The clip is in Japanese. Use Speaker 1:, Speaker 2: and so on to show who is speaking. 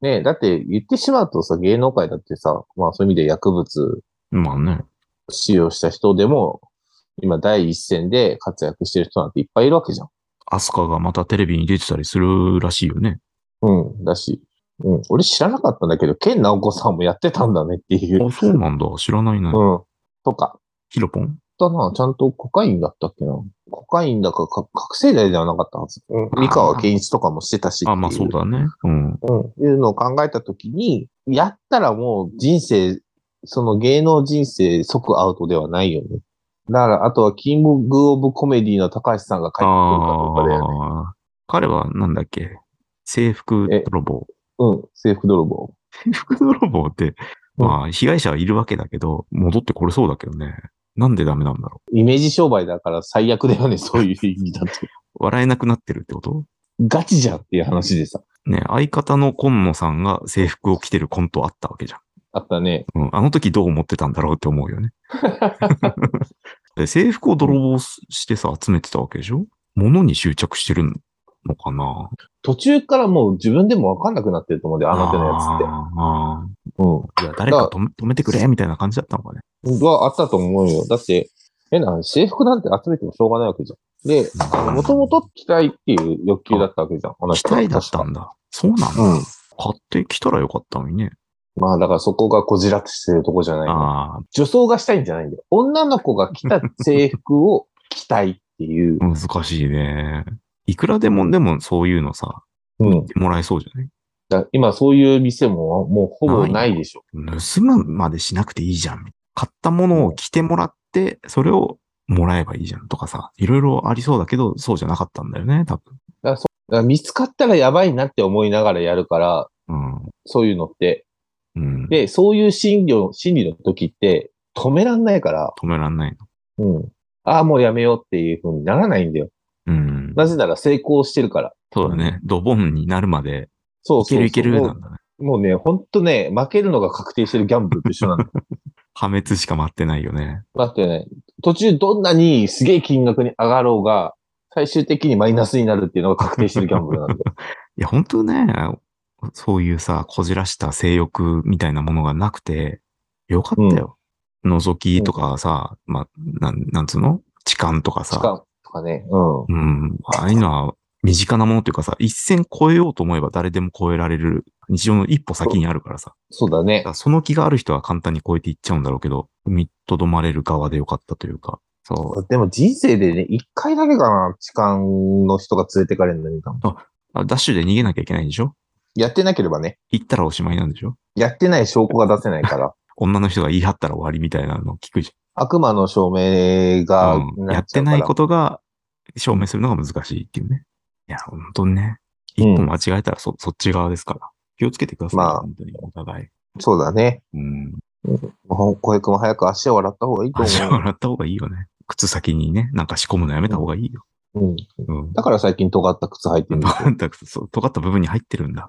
Speaker 1: ねだって言ってしまうとさ、芸能界だってさ、まあそういう意味で薬物
Speaker 2: まあね。
Speaker 1: 使用した人でも、今第一線で活躍してる人なんていっぱいいるわけじゃん。
Speaker 2: アスカがまたテレビに出てたりするらしいよね。
Speaker 1: うん、だし。うん、俺知らなかったんだけど、ケンナオコさんもやってたんだねっていう。
Speaker 2: あ、そうなんだ。知らないな。
Speaker 1: うん。とか。
Speaker 2: ヒロポン
Speaker 1: だな、ちゃんとコカインだったっけな。コカインだかか覚醒剤ではなかったはず。うん。三河健一とかもしてたしっていう。
Speaker 2: あ、まあそうだね。うん。
Speaker 1: うん。いうのを考えたときに、やったらもう人生、その芸能人生即アウトではないよね。だから、あとはキングオブコメディの高橋さんが帰ってくるかどうかだよね。
Speaker 2: ああ。彼はなんだっけ制服泥棒。
Speaker 1: うん。制服泥棒。
Speaker 2: 制服泥棒って、
Speaker 1: うん
Speaker 2: まあ被害者はいるわけだけど、戻ってこれそうだけどね。なんでダメなんだろ
Speaker 1: イメージ商売だから最悪だよね、 そういう意味だと。
Speaker 2: う。笑えなくなってるってこと
Speaker 1: ガチじゃんっていう話でさ。
Speaker 2: ね、相方の今野さんが制服を着てるコントあったわけじゃん。
Speaker 1: あったね。
Speaker 2: うん、あの時どう思ってたんだろうって思うよ ね。で制服を泥棒すしてさ、集めてたわけでしょ物に執着してるのかな
Speaker 1: 途中からもう自分でもわかんなくなってると思うんだよ、あの手のやつって。
Speaker 2: あ
Speaker 1: うん。
Speaker 2: ーあーいや、誰か止め止めてくれみたいな感じだったのかね。
Speaker 1: はあったと思うよ。だって、変な話、制服なんて集めてもしょうがないわけじゃん。で、もともと期待っていう欲求だったわけじゃん。同じ
Speaker 2: 期待だったんだ。そうなんだ。
Speaker 1: うん。
Speaker 2: 買ってきたらよかったのにね。
Speaker 1: まあだからそこがこじらしてるとこじゃない。
Speaker 2: ああ、
Speaker 1: 女装がしたいんじゃないんだよ。女の子が着た制服を着たいっていう。
Speaker 2: 難しいね。いくらでも、でもそういうのさ、
Speaker 1: うん。
Speaker 2: もらえそうじゃない
Speaker 1: だ今そういう店ももうほぼないでしょ。
Speaker 2: 盗むまでしなくていいじゃん。買ったものを着てもらって、それをもらえばいいじゃんとかさ、いろいろありそうだけど、そうじゃなかったんだよね、多分。
Speaker 1: だから見つかったらやばいなって思いながらやるから、そういうのって。
Speaker 2: うん。うん。
Speaker 1: で、そういう心理の、心理の時って止めらんないから、
Speaker 2: 止めらんないの。
Speaker 1: うん。ああ、もうやめようっていう風にならないんだよ。
Speaker 2: うん。
Speaker 1: なぜなら成功してるから。
Speaker 2: そうだね。ドボンになるまで、
Speaker 1: そうそう
Speaker 2: いけ
Speaker 1: そう
Speaker 2: るいける
Speaker 1: も
Speaker 2: な
Speaker 1: うん
Speaker 2: だね。
Speaker 1: もうね、ほんとね、負けるのが確定してるギャンブルと一緒なん だよ。
Speaker 2: 破滅しか待ってないよね。
Speaker 1: だってね、途中どんなにすげえ金額に上がろうが、最終的にマイナスになるっていうのが確定してるギャンブルなん だよ。
Speaker 2: いや、本当ね、そういうさ、こじらした性欲みたいなものがなくて、よかったよ。覗きとかさ、まあ、なん、なんつうの痴漢とかさ。
Speaker 1: 時間とかね。うん。
Speaker 2: うん。ああいうのは身近なものというかさ、一線越えようと思えば誰でも越えられる日常の一歩先にあるからさ。
Speaker 1: そうだね
Speaker 2: だか。らその気がある人は簡単に越えていっちゃうんだろうけど、踏みとどまれる側でよかったというか。そう。
Speaker 1: でも人生でね、一回だけかな、痴漢の人が連れてかれるのに。
Speaker 2: あダッシュで逃げなきゃいけないんでしょ
Speaker 1: やってなければね、
Speaker 2: 行ったらおしまいなんでしょ
Speaker 1: やってない証拠が出せない から、
Speaker 2: 女の人が言い張ったら終わりみたいなの聞くじ
Speaker 1: 悪魔の証明
Speaker 2: ゃ
Speaker 1: が
Speaker 2: ん。うん、
Speaker 1: な
Speaker 2: や
Speaker 1: っ
Speaker 2: っ
Speaker 1: ちゃ
Speaker 2: て
Speaker 1: うから、
Speaker 2: ないことが証明するのが難しいっていうね。いや、本当にね。一
Speaker 1: うん
Speaker 2: 歩間違えたらそ、そっち側ですから。気をつけてください。
Speaker 1: まあ
Speaker 2: 本当に、お互い。
Speaker 1: そうだね。
Speaker 2: うん。
Speaker 1: もう小平君も早く足を洗った方がいいと
Speaker 2: 足を
Speaker 1: 思
Speaker 2: 洗った方がいいよね。靴先にね、なんか仕込むのやめた方がいいよ。
Speaker 1: う。うん。
Speaker 2: うん。
Speaker 1: だから最近尖った靴履いてるんだ
Speaker 2: 尖った、そう、尖った部分に入ってるんだ。